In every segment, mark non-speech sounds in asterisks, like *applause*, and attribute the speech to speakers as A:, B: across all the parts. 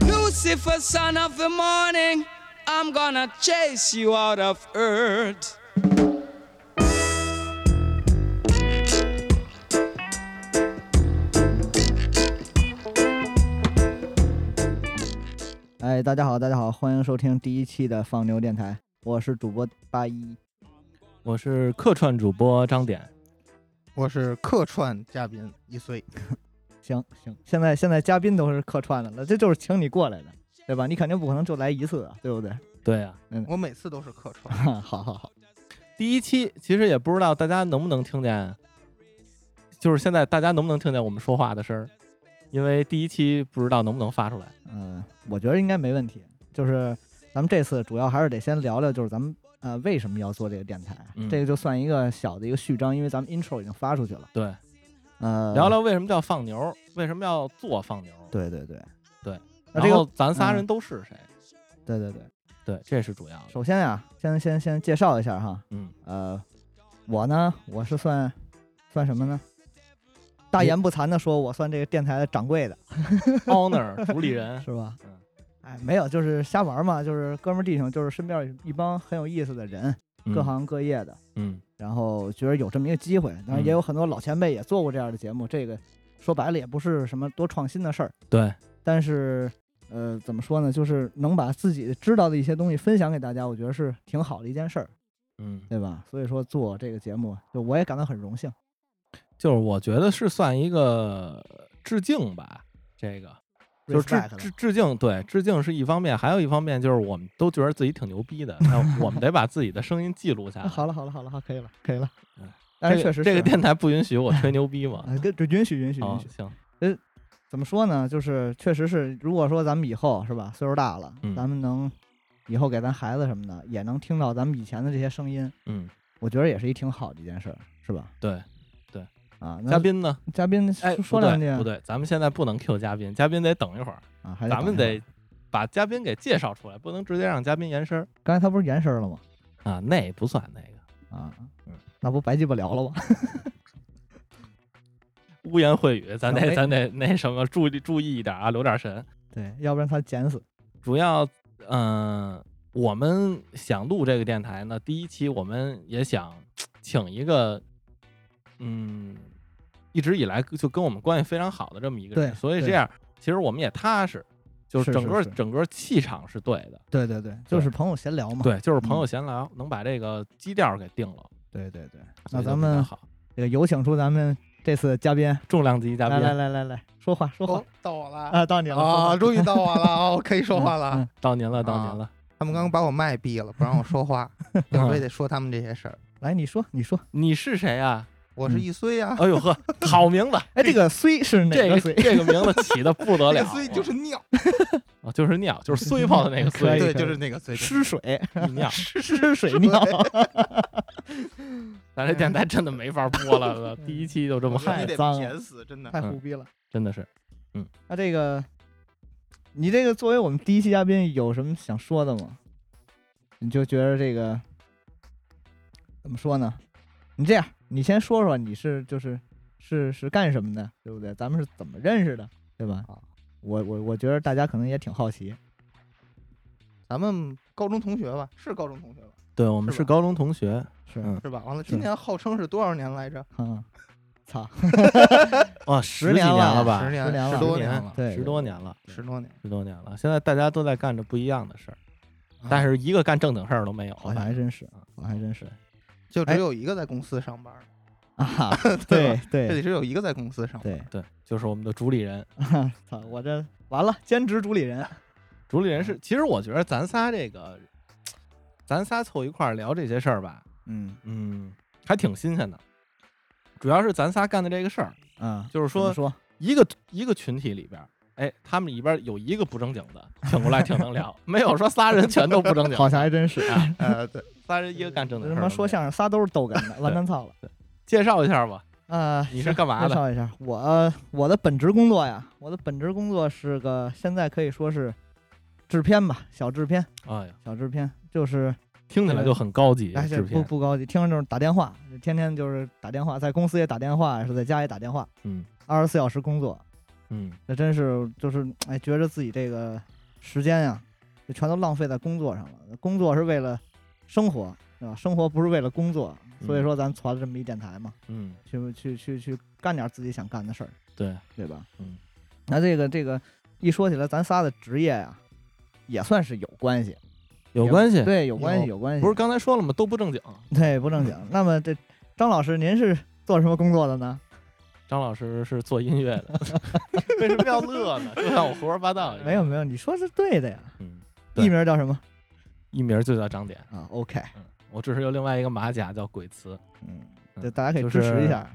A: Lucifer, son of the morning, I'm gonna chase you out of earth.
B: 哎，大家好，大家好，欢迎收听第一期的放牛电台，我是主播八一。
C: 我是客串主播张典，
D: 我是客串嘉宾一岁，
B: *laughs* 行行，现在现在嘉宾都是客串的了，这就是请你过来的，对吧？你肯定不可能就来一次啊，对不 *laughs* 对？
C: 对啊，
D: 我每次都是客串。
B: 好好好，
C: 第一期其实也不知道大家能不能听见，就是现在大家能不能听见我们说话的声儿，因为第一期不知道能不能发出来。
B: 嗯、我觉得应该没问题。就是咱们这次主要还是得先聊聊，就是咱们呃为什么要做这个电台，
C: 嗯
B: 这个就算一个小的一个序章，因为咱们 intro 已经发出去了。
C: 对，
B: 呃，
C: 聊聊为什么叫放牛，为什么要做放牛，
B: 对对对
C: 对。
B: 那
C: 然
B: 这
C: 后
B: 个
C: 咱仨
B: 嗯
C: 人都是谁？
B: 对对对，
C: 对，这是主要
B: *laughs*
C: 的。
B: 首先呀、先先先介绍一下哈，
C: 嗯，
B: 呃，我呢，我是算算什么呢？大
C: 你
B: 言不惭的说，我算这个电台的掌柜的，
C: honor 主理人，
B: 是吧
C: 嗯？
B: 哎，没有，就是瞎玩嘛，就是哥们儿弟兄，就是身边有一帮很有意思的人，各
C: 嗯，
B: 行各业的。
C: 嗯，
B: 然后觉得有这么一个机会，当然也有很多老前辈也做过这样的节目，这个说白了也不是什么多创新的事儿，
C: 对，
B: 但是呃，怎么说呢，就是能把自己知道的一些东西分享给大家，我觉得是挺好的一件事儿，
C: 嗯，
B: 对吧？所以说做这个节目，就我也感到很荣幸。
C: 就是我觉得是算一个致敬吧，这个。就是致
B: respect 了
C: 致致敬，对，致敬是一方面，还有一方面就是我们都觉得自己挺牛逼的，
B: *laughs*
C: 那我们得把自己的声音记录下
B: 啊
C: 来。
B: 好了好了好了好，可以了可以了
C: 嗯。
B: 但是
C: 这
B: 确
C: 个
B: 实
C: 这个
B: 是
C: 电台不允许我
B: *laughs*
C: 吹牛逼嘛。
B: 啊，跟这允许允许
C: 哦
B: 允许。
C: 行，
B: 怎么说呢？就是确实是，如果说咱们以后是吧，岁数大了，
C: 嗯
B: 咱们能以后给咱孩子什么的也能听到咱们以前的这些声音，
C: 嗯，
B: 我觉得也是一挺好的一件事儿，是吧？
C: 对，
B: 啊，那
C: 嘉宾呢？
B: 嘉宾
C: 哎，
B: 说说
C: 不对
B: 两句
C: 不对，咱们现在不能 Q 嘉宾，嘉宾得等一会儿，
B: 啊，还
C: 咱们
B: 等一会
C: 得
B: 儿
C: 把嘉宾给介绍出来，不能直接让嘉宾延伸
B: 刚才他不是延伸了吗？
C: 啊，那不算那个
B: 啊
C: 嗯，
B: 那不白鸡巴聊了吗？ *laughs*
C: 污言秽语，咱
B: 哎
C: 得咱得那什么，注意注意一点啊，留点神。
B: 对，要不然他剪死。
C: 主要，嗯、我们想录这个电台呢，第一期我们也想请一个，嗯，一直以来就跟我们关系非常好的这么一个人，
B: 对
C: 所以这
B: 对
C: 样其实我们也踏实，就是
B: 是
C: 整个
B: 是
C: 整个气场是对的，
B: 对对对，就是朋友闲聊嘛。
C: 对，就是
B: 嗯
C: 朋友闲聊、能把这个基调给定了，
B: 对对对，那
C: 所以就
B: 咱
C: 比较
B: 们
C: 好
B: 这个有请出咱们这次嘉宾，
C: 重量级嘉
B: 来
C: 宾，
B: 来来来来，说话说话
D: 哦，到我了
B: 啊，到你了
D: 啊！终于到我了啊！我可以说话。
B: 说话嗯
D: 了
B: 嗯。
C: 到您了，到
D: 啊
C: 您了，
D: 他们刚刚把我麦闭了，不让我说
B: *laughs*
D: 话，一
B: 嗯
D: 会儿也得说他们这些事儿。
B: 来，你说你说，
C: 你是谁啊？
D: 我
B: 嗯
D: 是一啊岁呀，
B: 哦
C: 哎呦
B: *laughs*
C: 呵，好名字，
B: 哎，这个虽是哪
C: 这
B: 个
C: 个
B: *laughs* 虽？
C: 这个名字起的不
B: *laughs*
C: 得
D: 这
C: 了
D: 个，岁就是尿，
C: 啊，就是尿，就是碎泡的那个
B: 可
C: 碎
B: 以，
D: 对，
B: 哎可以
D: 就是那个岁
B: 湿 *laughs* 水，
C: *laughs* 一尿。
B: 湿水尿。
C: 咱这电台真的没法
B: *laughs*
C: 播了，呃第一期就这么
D: 我觉得
C: 嗨
D: 你，得
B: 脏了
D: 舔死，真
B: *laughs*
D: 的。
B: 太胡逼了。
C: 真的是。
B: 那这个，你这个作为我们第一期嘉宾，有什么想说的吗？你就觉得这个怎么说呢？你这样，你先说说你是就是是是干什么的，对不对？咱们是怎么认识的，对吧？
D: 啊
B: 我我我觉得大家可能也挺好奇，
D: 咱们高中同学吧，是高中同学吧，
C: 对我们
D: 是
C: 是
D: 吧
C: 高中同学，
B: 是
C: 嗯
D: 是吧？完了，今年号称是多少年来着？
B: 嗯，操，
C: 哦，十
B: 年
C: 几
B: 了
C: 了吧？
D: 十
B: 十年
D: 年，
B: 了
D: 十多年了，
B: 对，
C: 十多年了，
D: 十多年。
C: 十多年了。现在大家都在干着不一样的事儿，但是一个干正经事儿都没有
B: 啊好像还
C: 了。
B: 真是，好像还真是
D: 就
B: 哎
D: 只有一个在公司上班儿，
B: 啊，
D: 对
B: 对
D: 吧这
B: 对
D: 里只有一个在公司上班儿。
B: 对，
C: 对，就是我们的主理人。
B: 操，我这完了，兼职主理人，
C: 主理人
B: 嗯
C: 是，其实我觉得咱仨这个，咱仨凑一块儿聊这些事儿吧，
B: 嗯
C: 嗯，还挺新鲜的。主要是咱仨干的这个事儿，
B: 啊，
C: 就是
B: 怎么
C: 说
B: 说
C: 一个一个群体里边儿，哎，他们里边儿有一个不正经的，挺过来挺能聊，没有说仨人全
B: *laughs*
C: 都不正经，
B: 好像还真是。 *laughs*
C: 啊，
D: 呃，对，
C: 仨人一个干正经
B: 什
C: 事儿
B: 么
C: 都
B: 说
C: 没有
B: 相声仨都是逗哏的，完蛋操了。
C: 介绍一下吧，
B: 啊，
C: *laughs* 你是干嘛
B: 介
C: 的？
B: 绍一下我我的本职工作呀，我的本职工作是个现在可以说是制片吧，小制片，
C: 哎呀，
B: 小制片就是
C: 听起来就很高级，
B: 哎
C: 制
B: 这不
C: 片，
B: 不高级，听着就是打电话，天天就是打电话，在公司也打电话，是在家也打电话，
C: 嗯
B: 二十四小时工作，
C: 嗯，
B: 那真是就是哎，觉着自己这个时间呀、就全都浪费在工作上了。工作是为了生活，对吧？生活不是为了工作，所以说咱攒了这么一电台嘛，
C: 嗯，
B: 去去去去干点自己想干的事儿，
C: 对，
B: 对吧？
C: 嗯，
B: 那这个这个一说起来，咱仨的职业呀、也算是有关系，
C: 有关系，，
B: 对，有关系，有关系，
C: 不是刚才说了吗？都不正经。
B: 对不正经。那么这张老师，您是做什么工作的呢？
C: 张老师是做音乐
B: *laughs*
C: 的，为什么要乐呢？就像我胡说八道一样。
B: 没有，没有，你说是对的呀。
C: 嗯，对
B: 艺名叫什么
C: 艺名就叫张典。
B: 啊？OK，
C: 嗯，我只是有另外一个马甲叫鬼词，
B: 嗯，
C: 嗯
B: 对，大家可以支持一下，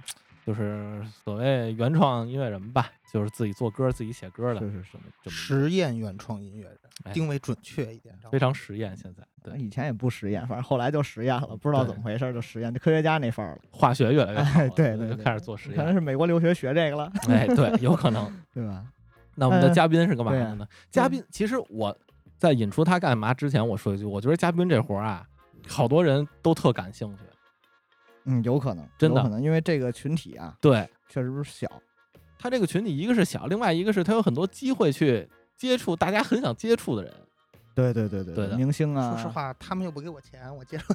C: 就是所谓原创音乐人吧，就是自己做歌、自己写歌的，
B: 是是是
C: 这么这么
D: 实验原创音乐人，
C: 哎
D: 定位准确一点。张
C: 非常实验。现在对嗯
B: 以前也不实验，反正后来就实验了，不知道怎么回事儿就实验，就科学家那范儿了，
C: 化学越来越好了，
B: 哎对对
C: 就
B: 对
C: 开始做实
B: 可能
C: 验。
B: 是美国留学学这个
C: *laughs*
B: 了，
C: 哎，对，有
B: *laughs*
C: 可能。
B: 对吧？
C: 那我们的
B: 呃
C: 嘉宾是干嘛
B: 对
C: 的
B: 啊
C: 呢？嘉宾其实我在引出他干嘛之前，我说一句，我觉得嘉宾这活儿啊，好多人都特感兴趣。
B: 嗯，有可能，
C: 真的
B: 有可能，因为这个群体啊，
C: 对，
B: 确实不是小，
C: 他这个群体一个是小，另外一个是他有很多机会去接触大家很想接触的人。
B: 对对对对
C: 对的
B: 明星啊，
D: 说实，话，他们又不给我钱，我接受。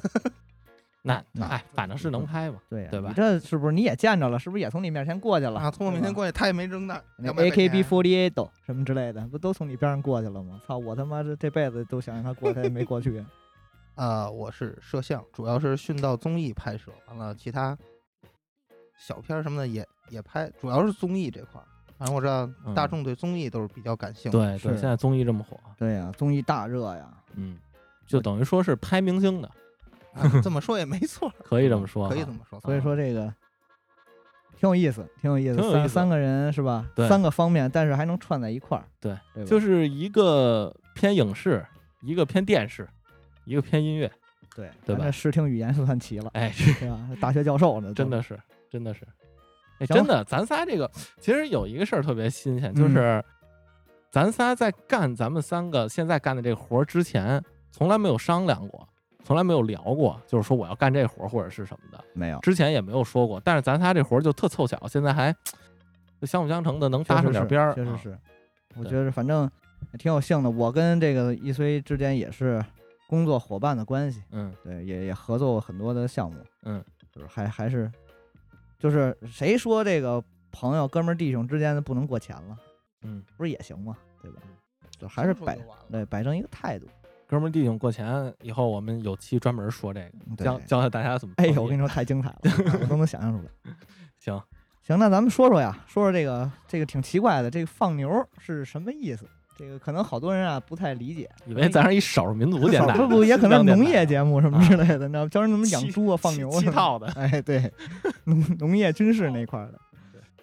C: 那
B: 那
C: 哎，反正是能拍嘛。
B: 对呀
C: 对吧
B: 你这是不是你也见着了？是不是也从你面前过去了？
D: 啊，从我面前
B: 对吧，
D: 过去，他也没扔那
B: 那
D: 200块钱
B: AKB48 什么之类的，不都从你边上过去了吗？操，我他妈这这辈子都想让他过，他也没过
D: *laughs*
B: 去。
D: 啊，我是摄像，主要是训到综艺拍摄，完了其他小片儿什么的也也拍，主要是综艺这块儿。反正我知道大
C: 嗯
D: 众对综艺都是比较感兴趣。
C: 对对，
B: 嗯是
C: 现在综艺这么火，
B: 对呀、综艺大热呀，
C: 嗯，就等于说是拍明星的，
D: 啊，这么说也没错儿，
C: 可以这么说，
D: 可以这。么说。啊
B: 所以说这个挺有意思，挺有意思，
C: 挺有意
B: 三
C: 思
B: 三个人是吧？
C: 对
B: 三个方面，但是还能串在一块儿。
C: 对，
B: 对吧
C: 就是一个偏影视，一个偏电视，一个偏音乐。
B: 对，
C: 对吧
B: 咱这视听语言算齐了，
C: 哎，是
B: 对吧？大学教授呢，
C: 真的是，真的是，哎，
B: 行
C: 真的，咱仨这个其实有一个事儿特别新鲜，就是咱仨在干咱们三个现在干的这个活儿之前，从来没有商量过，从来没有聊过，就是说我要干这活儿或者是什么的，
B: 没有。
C: 之前也没有说过。但是咱仨这活儿就特凑巧，现在还就相辅相成的能搭上点边儿，
B: 确实
C: 啊
B: 是，我
C: 对
B: 觉得反正也挺有幸的。我跟这个易虽之间也是工作伙伴的关系，
C: 嗯
B: 对，也也合作过很多的项目，
C: 嗯，
B: 就是还还是就是谁说这个朋友、哥们儿、弟兄之间的不能过钱了，
C: 嗯，
B: 不是也行吗？对吧？就还是
D: 说
B: 摆
D: 就完了。
B: 对摆正一个态度。
C: 哥们儿弟兄过钱以后，我们有期专门说这个，
B: 对
C: 教教教大家怎么
B: 哎
C: 创业。
B: 呦，我跟你说太精彩了，
C: *laughs*
B: 啊我都能想象出来。
C: 行，
B: 行，那咱们说说呀，说说这个这个挺奇怪的，这个放牛是什么意思？这个可能好多人啊不太理解，
C: 以为咱是一少数民族电台，
B: 不不，也可能
C: 新
B: 是
C: 疆电
B: 农
C: 台
B: 业
C: 啊
B: 节目什么之类的，你知道吗？教人怎么养
C: 七
B: 猪啊、放
C: 七
B: 牛
C: 七
B: 什么
C: 套的
B: 的。哎， *laughs* 对，农农业、军事那块儿的。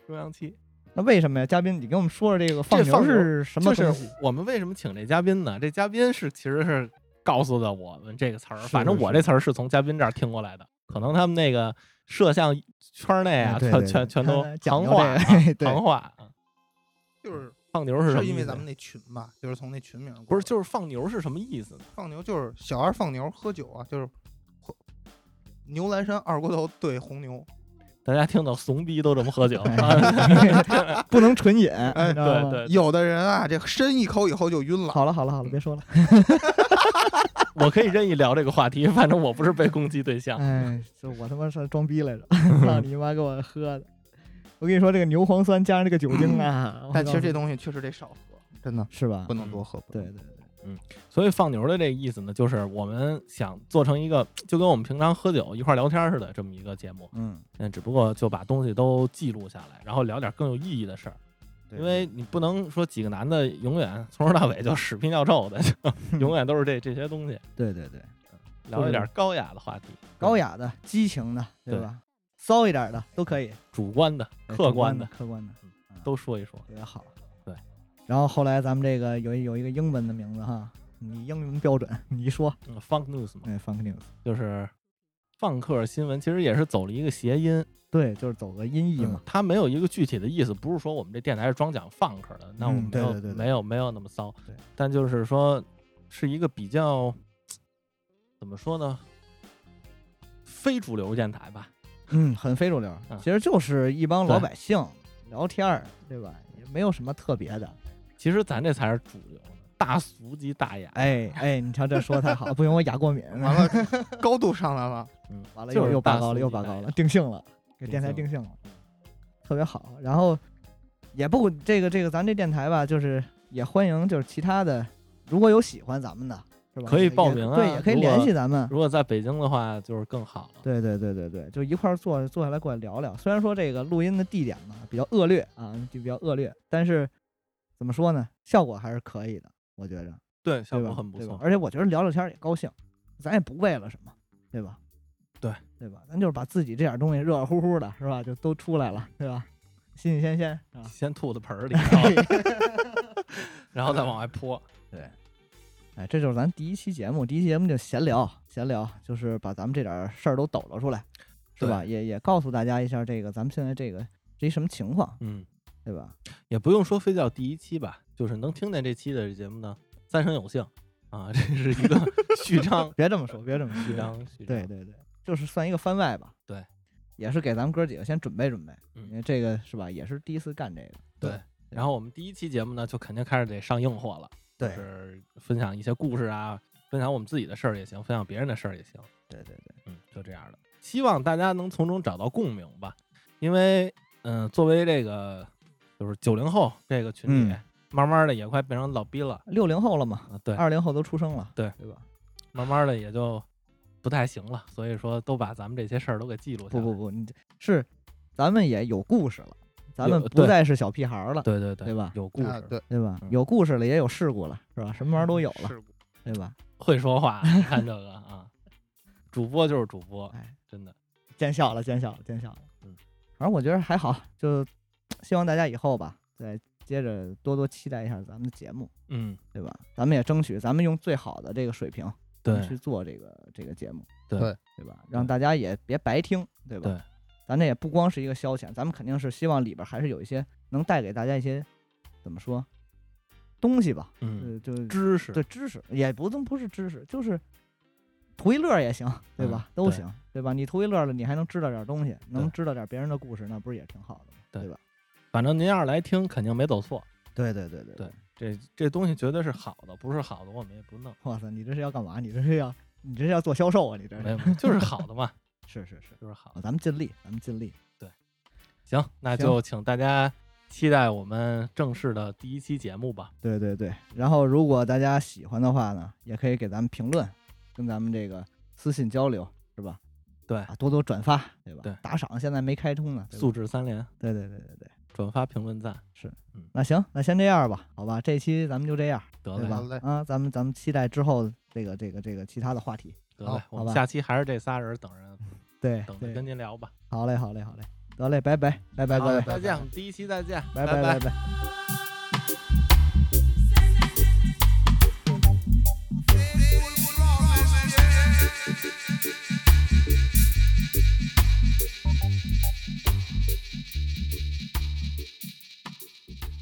C: 中央七。
B: 那为什么呀？嘉宾，你给我们说说这个放
C: 这放
B: 牛
C: 牛
B: 是什么
C: 就
B: 东
C: 是
B: 西？
C: 我们为什么请这嘉宾呢？这嘉宾是其实是告诉的我们这个词儿，
B: 是
C: 反正
B: 是
C: 我
B: 是
C: 这词儿是从嘉宾这儿听过来的，可能他们那个摄像圈内啊，
B: 哎对
C: 全
B: 对对
C: 全全
B: 他
C: 都
B: 们讲
C: 行
B: 究
C: 话
B: 这
C: 啊
B: 个，对 *laughs*
C: 行话啊。
D: 就是
C: 放牛是什么
D: 是
C: 意思？
D: 因为咱们那群吧，就是从那群名过
C: 不是
D: 来
C: 就是放牛是什么意思呢？
D: 放牛，就是小孩放牛喝酒啊，就是喝牛栏山二锅头兑红牛，
C: 大家听到怂逼都这么喝酒，啊
B: 哎 *laughs* 不能纯饮，
D: 哎
B: 你知道
C: 对
B: 吗
C: 对，
D: 有的人啊，这深一口以后就晕了。
B: 好了好了好了，别说了。
C: 我可以任意聊这个话题，反正我不是被攻击对
B: *laughs*
C: 象。
B: 哎，就我他妈是装逼来着，操你妈给我喝的！我跟你说，这个牛磺酸加上这个酒精啊，我
D: 但其
B: 告
D: 实
B: 诉
D: 这
B: 你
D: 东西确实得少喝，真的
B: 是吧
D: 不？能多喝。不
B: 嗯对
D: 能
B: 对对，
C: 所以放牛的这个意思呢，就是我们想做成一个就跟我们平常喝酒一块儿聊天似的这么一个节目，
B: 嗯，
C: 嗯，只不过就把东西都记录下来，然后聊点更有意义的事儿。
B: 对
C: 因为你不能说几个男的永远从头到尾就屎屁尿臭的，
B: *laughs*
C: 就永远都是这这些东西，
B: 对对对，
C: 聊一点高雅的话题，
B: 高雅的、激情的，对
C: 对
B: 吧？骚一点的都可以，
C: 主观的、
B: 哎
C: 客
B: 主观
C: 观的
B: 客观的。
C: 都说一说。
B: 特别好。
C: 对，
B: 然后后来咱们这个有一有一个英文的名字哈，你英文标准，你一说，
C: 嗯，funk news 嘛，
B: 哎，Funk News，
C: 就是放克新闻，其实也是走了一个谐音，
B: 对，就是走个音译
C: 嗯
B: 嘛，，
C: 它没有一个具体的意思，不是说我们这电台是装讲放克的，那我们
B: 嗯
C: 没有
B: 对对对对
C: 没有没有那么骚
B: 对，
C: 但就是说是一个比较怎么说呢，非主流电台吧，
B: 嗯，很非主流
C: 嗯，
B: 其实就是一帮
C: 对
B: 老百姓聊天儿，对吧？也没有什么特别的，
C: 其实咱这才是主流呢。大俗及大雅，
B: 哎哎，你瞧这说太好了，不行，我牙过敏。
D: 完了，高度上来了，
C: 嗯，
B: 完了
C: 就
B: 又
C: 是
B: 又
C: 大
B: 拔高
C: 俗
B: 了，
C: 及
B: 又拔
C: 大
B: 高
C: 雅
B: 了， *laughs* 定性了，给
C: 定
B: 电台
C: 性
B: 定
C: 了
B: 性了，特别好。然后也不这个这个咱这电台吧，就是也欢迎就是其他的，如果有喜欢咱们的，是吧？
C: 可以
B: 也
C: 报
B: 也
C: 名
B: 对，
C: 啊
B: 也可以
C: 如
B: 联
C: 果
B: 系咱们。
C: 如果在北京的话，就是更好了。
B: 对对对对对，就一块儿坐坐下来过来聊聊。虽然说这个录音的地点嘛比较恶劣啊，就比较恶劣，但是怎么说呢，效果还是可以的，我觉着，
C: 对，效
B: 对
C: 果
B: 吧？
C: 很不
B: 对吧
C: 错。
B: 而且我觉得聊聊天儿也高兴，咱也不为了什么，对吧？
C: 对
B: 对吧？咱就是把自己这点儿东西热热乎乎的，是吧？就都出来了，对吧？新新鲜鲜
C: *laughs*
B: 啊，
C: 先吐到盆
B: *laughs*
C: 儿里，然后然后再往外泼。
B: *laughs* 哎，这就是咱第一期节目，第一期节目就闲聊，闲聊就是把咱们这点儿事儿都抖搂出来，是吧？也也告诉大家一下这个咱们现在这个是一什么情况，
C: 嗯，
B: 对吧？
C: 也不用说非叫第一期吧，就是能听见这期的节目呢，三生有幸啊，这是一
B: *laughs*
C: 个序章，
B: 别这么说，别这么
C: 序
B: 说，
C: 章，序章。
B: 对对对，就是算一个番外吧。
C: 对，
B: 也是给咱们哥几个先准备准备，
C: 嗯
B: 因为这个是吧，也是第一次干这个。
C: 对然后我们第一期节目呢，就肯定开始得上硬货了，就
B: 对
C: 是分享一些故事啊，分享我们自己的事儿也行，分享别人的事儿也行。
B: 对对对，
C: 嗯，就这样的。希望大家能从中找到共鸣吧，因为嗯、作为这个就是九零后这个群体，
B: 嗯
C: 慢慢的也快变成老逼了
B: 六零后了嘛，
C: 啊，对，
B: 二零后都出生了，
C: 对
B: 对吧？
C: 慢慢的也就不太行了，所以说都把咱们这些事儿都给记录下
B: 不
C: 来。
B: 不不，你这是咱们也有故事了，咱们
C: 有
B: 不
C: 对
B: 再是小屁孩儿了，
C: 对对对，
B: 对吧
C: 有故事，
D: 啊对，
B: 对吧
C: 嗯？
B: 有故事了，也有事故了，是吧？什么玩意儿都有了，
D: 嗯是
B: 对吧？
C: 会说话，
B: *laughs*
C: 你看这个啊，主播就是主播，
B: 哎，
C: 真的，
B: 见笑了，见笑了，见笑了。
C: 嗯，
B: 反正我觉得还好，就希望大家以后吧，再接着多多期待一下咱们的节目，
C: 嗯，
B: 对吧？咱们也争取，咱们用最好的这个水平
C: 对
B: 去做这个这个节目，
C: 对
D: 对
B: 对吧？让大家也别白听，对吧？
C: 对
B: 咱这也不光是一个消遣，咱们肯定是希望里边还是有一些能带给大家一些怎么说东西吧，
C: 嗯，
B: 呃，就
C: 知识，
B: 对知识也不能不是知识，就是图一乐也行，对吧？
C: 嗯
B: 都
C: 对
B: 行，对吧？你图一乐了，你还能知道点东西，能
C: 对
B: 知道点别人的故事，那不是也挺好的吗？
C: 对
B: 对吧？
C: 反正您要是来听，肯定没走错，
B: 对对对对
C: 对这这东西绝对是好的，不是好的我们也不弄，
B: 哇塞，你这是要干嘛？你这是要你这是要做销售啊？你这
C: 没
B: 是
C: 有，没有就是好的嘛，
B: 是是是，
C: 就是好
B: 啊 *laughs*
C: 的。
B: 咱们尽力，咱们尽力。
C: 行，那
B: 行
C: 就请大家期待我们正式的第一期节目吧。
B: 对对对，然后如果大家喜欢的话呢，也可以给咱们评论，跟咱们这个私信交流，是吧？
C: 对
B: 啊，多多转发，对吧？
C: 对
B: 打赏现在没开通呢，对吧
C: 素质三连，
B: 对对对对对。
C: 转发、评论、赞，
B: 那行，那先这样吧，好吧，这期咱们就这样。
C: 得
B: 对
C: 嘞
B: 吧
D: 好嘞？
B: 啊，咱们咱们期待之后这个这个这个其他的话题。
C: 得
B: 好
C: 嘞，我
B: 好
C: 们
B: 吧
C: 下期还是这仨人
B: *laughs*
C: 等着
B: 对
C: 等着
B: 对
C: 跟，您聊吧。
B: 好嘞，好嘞，好嘞，得嘞，拜拜，拜拜，各
C: 好
B: 位
C: 嘞，再见，我们第一期再见，
B: 拜拜，拜拜。
A: Bye.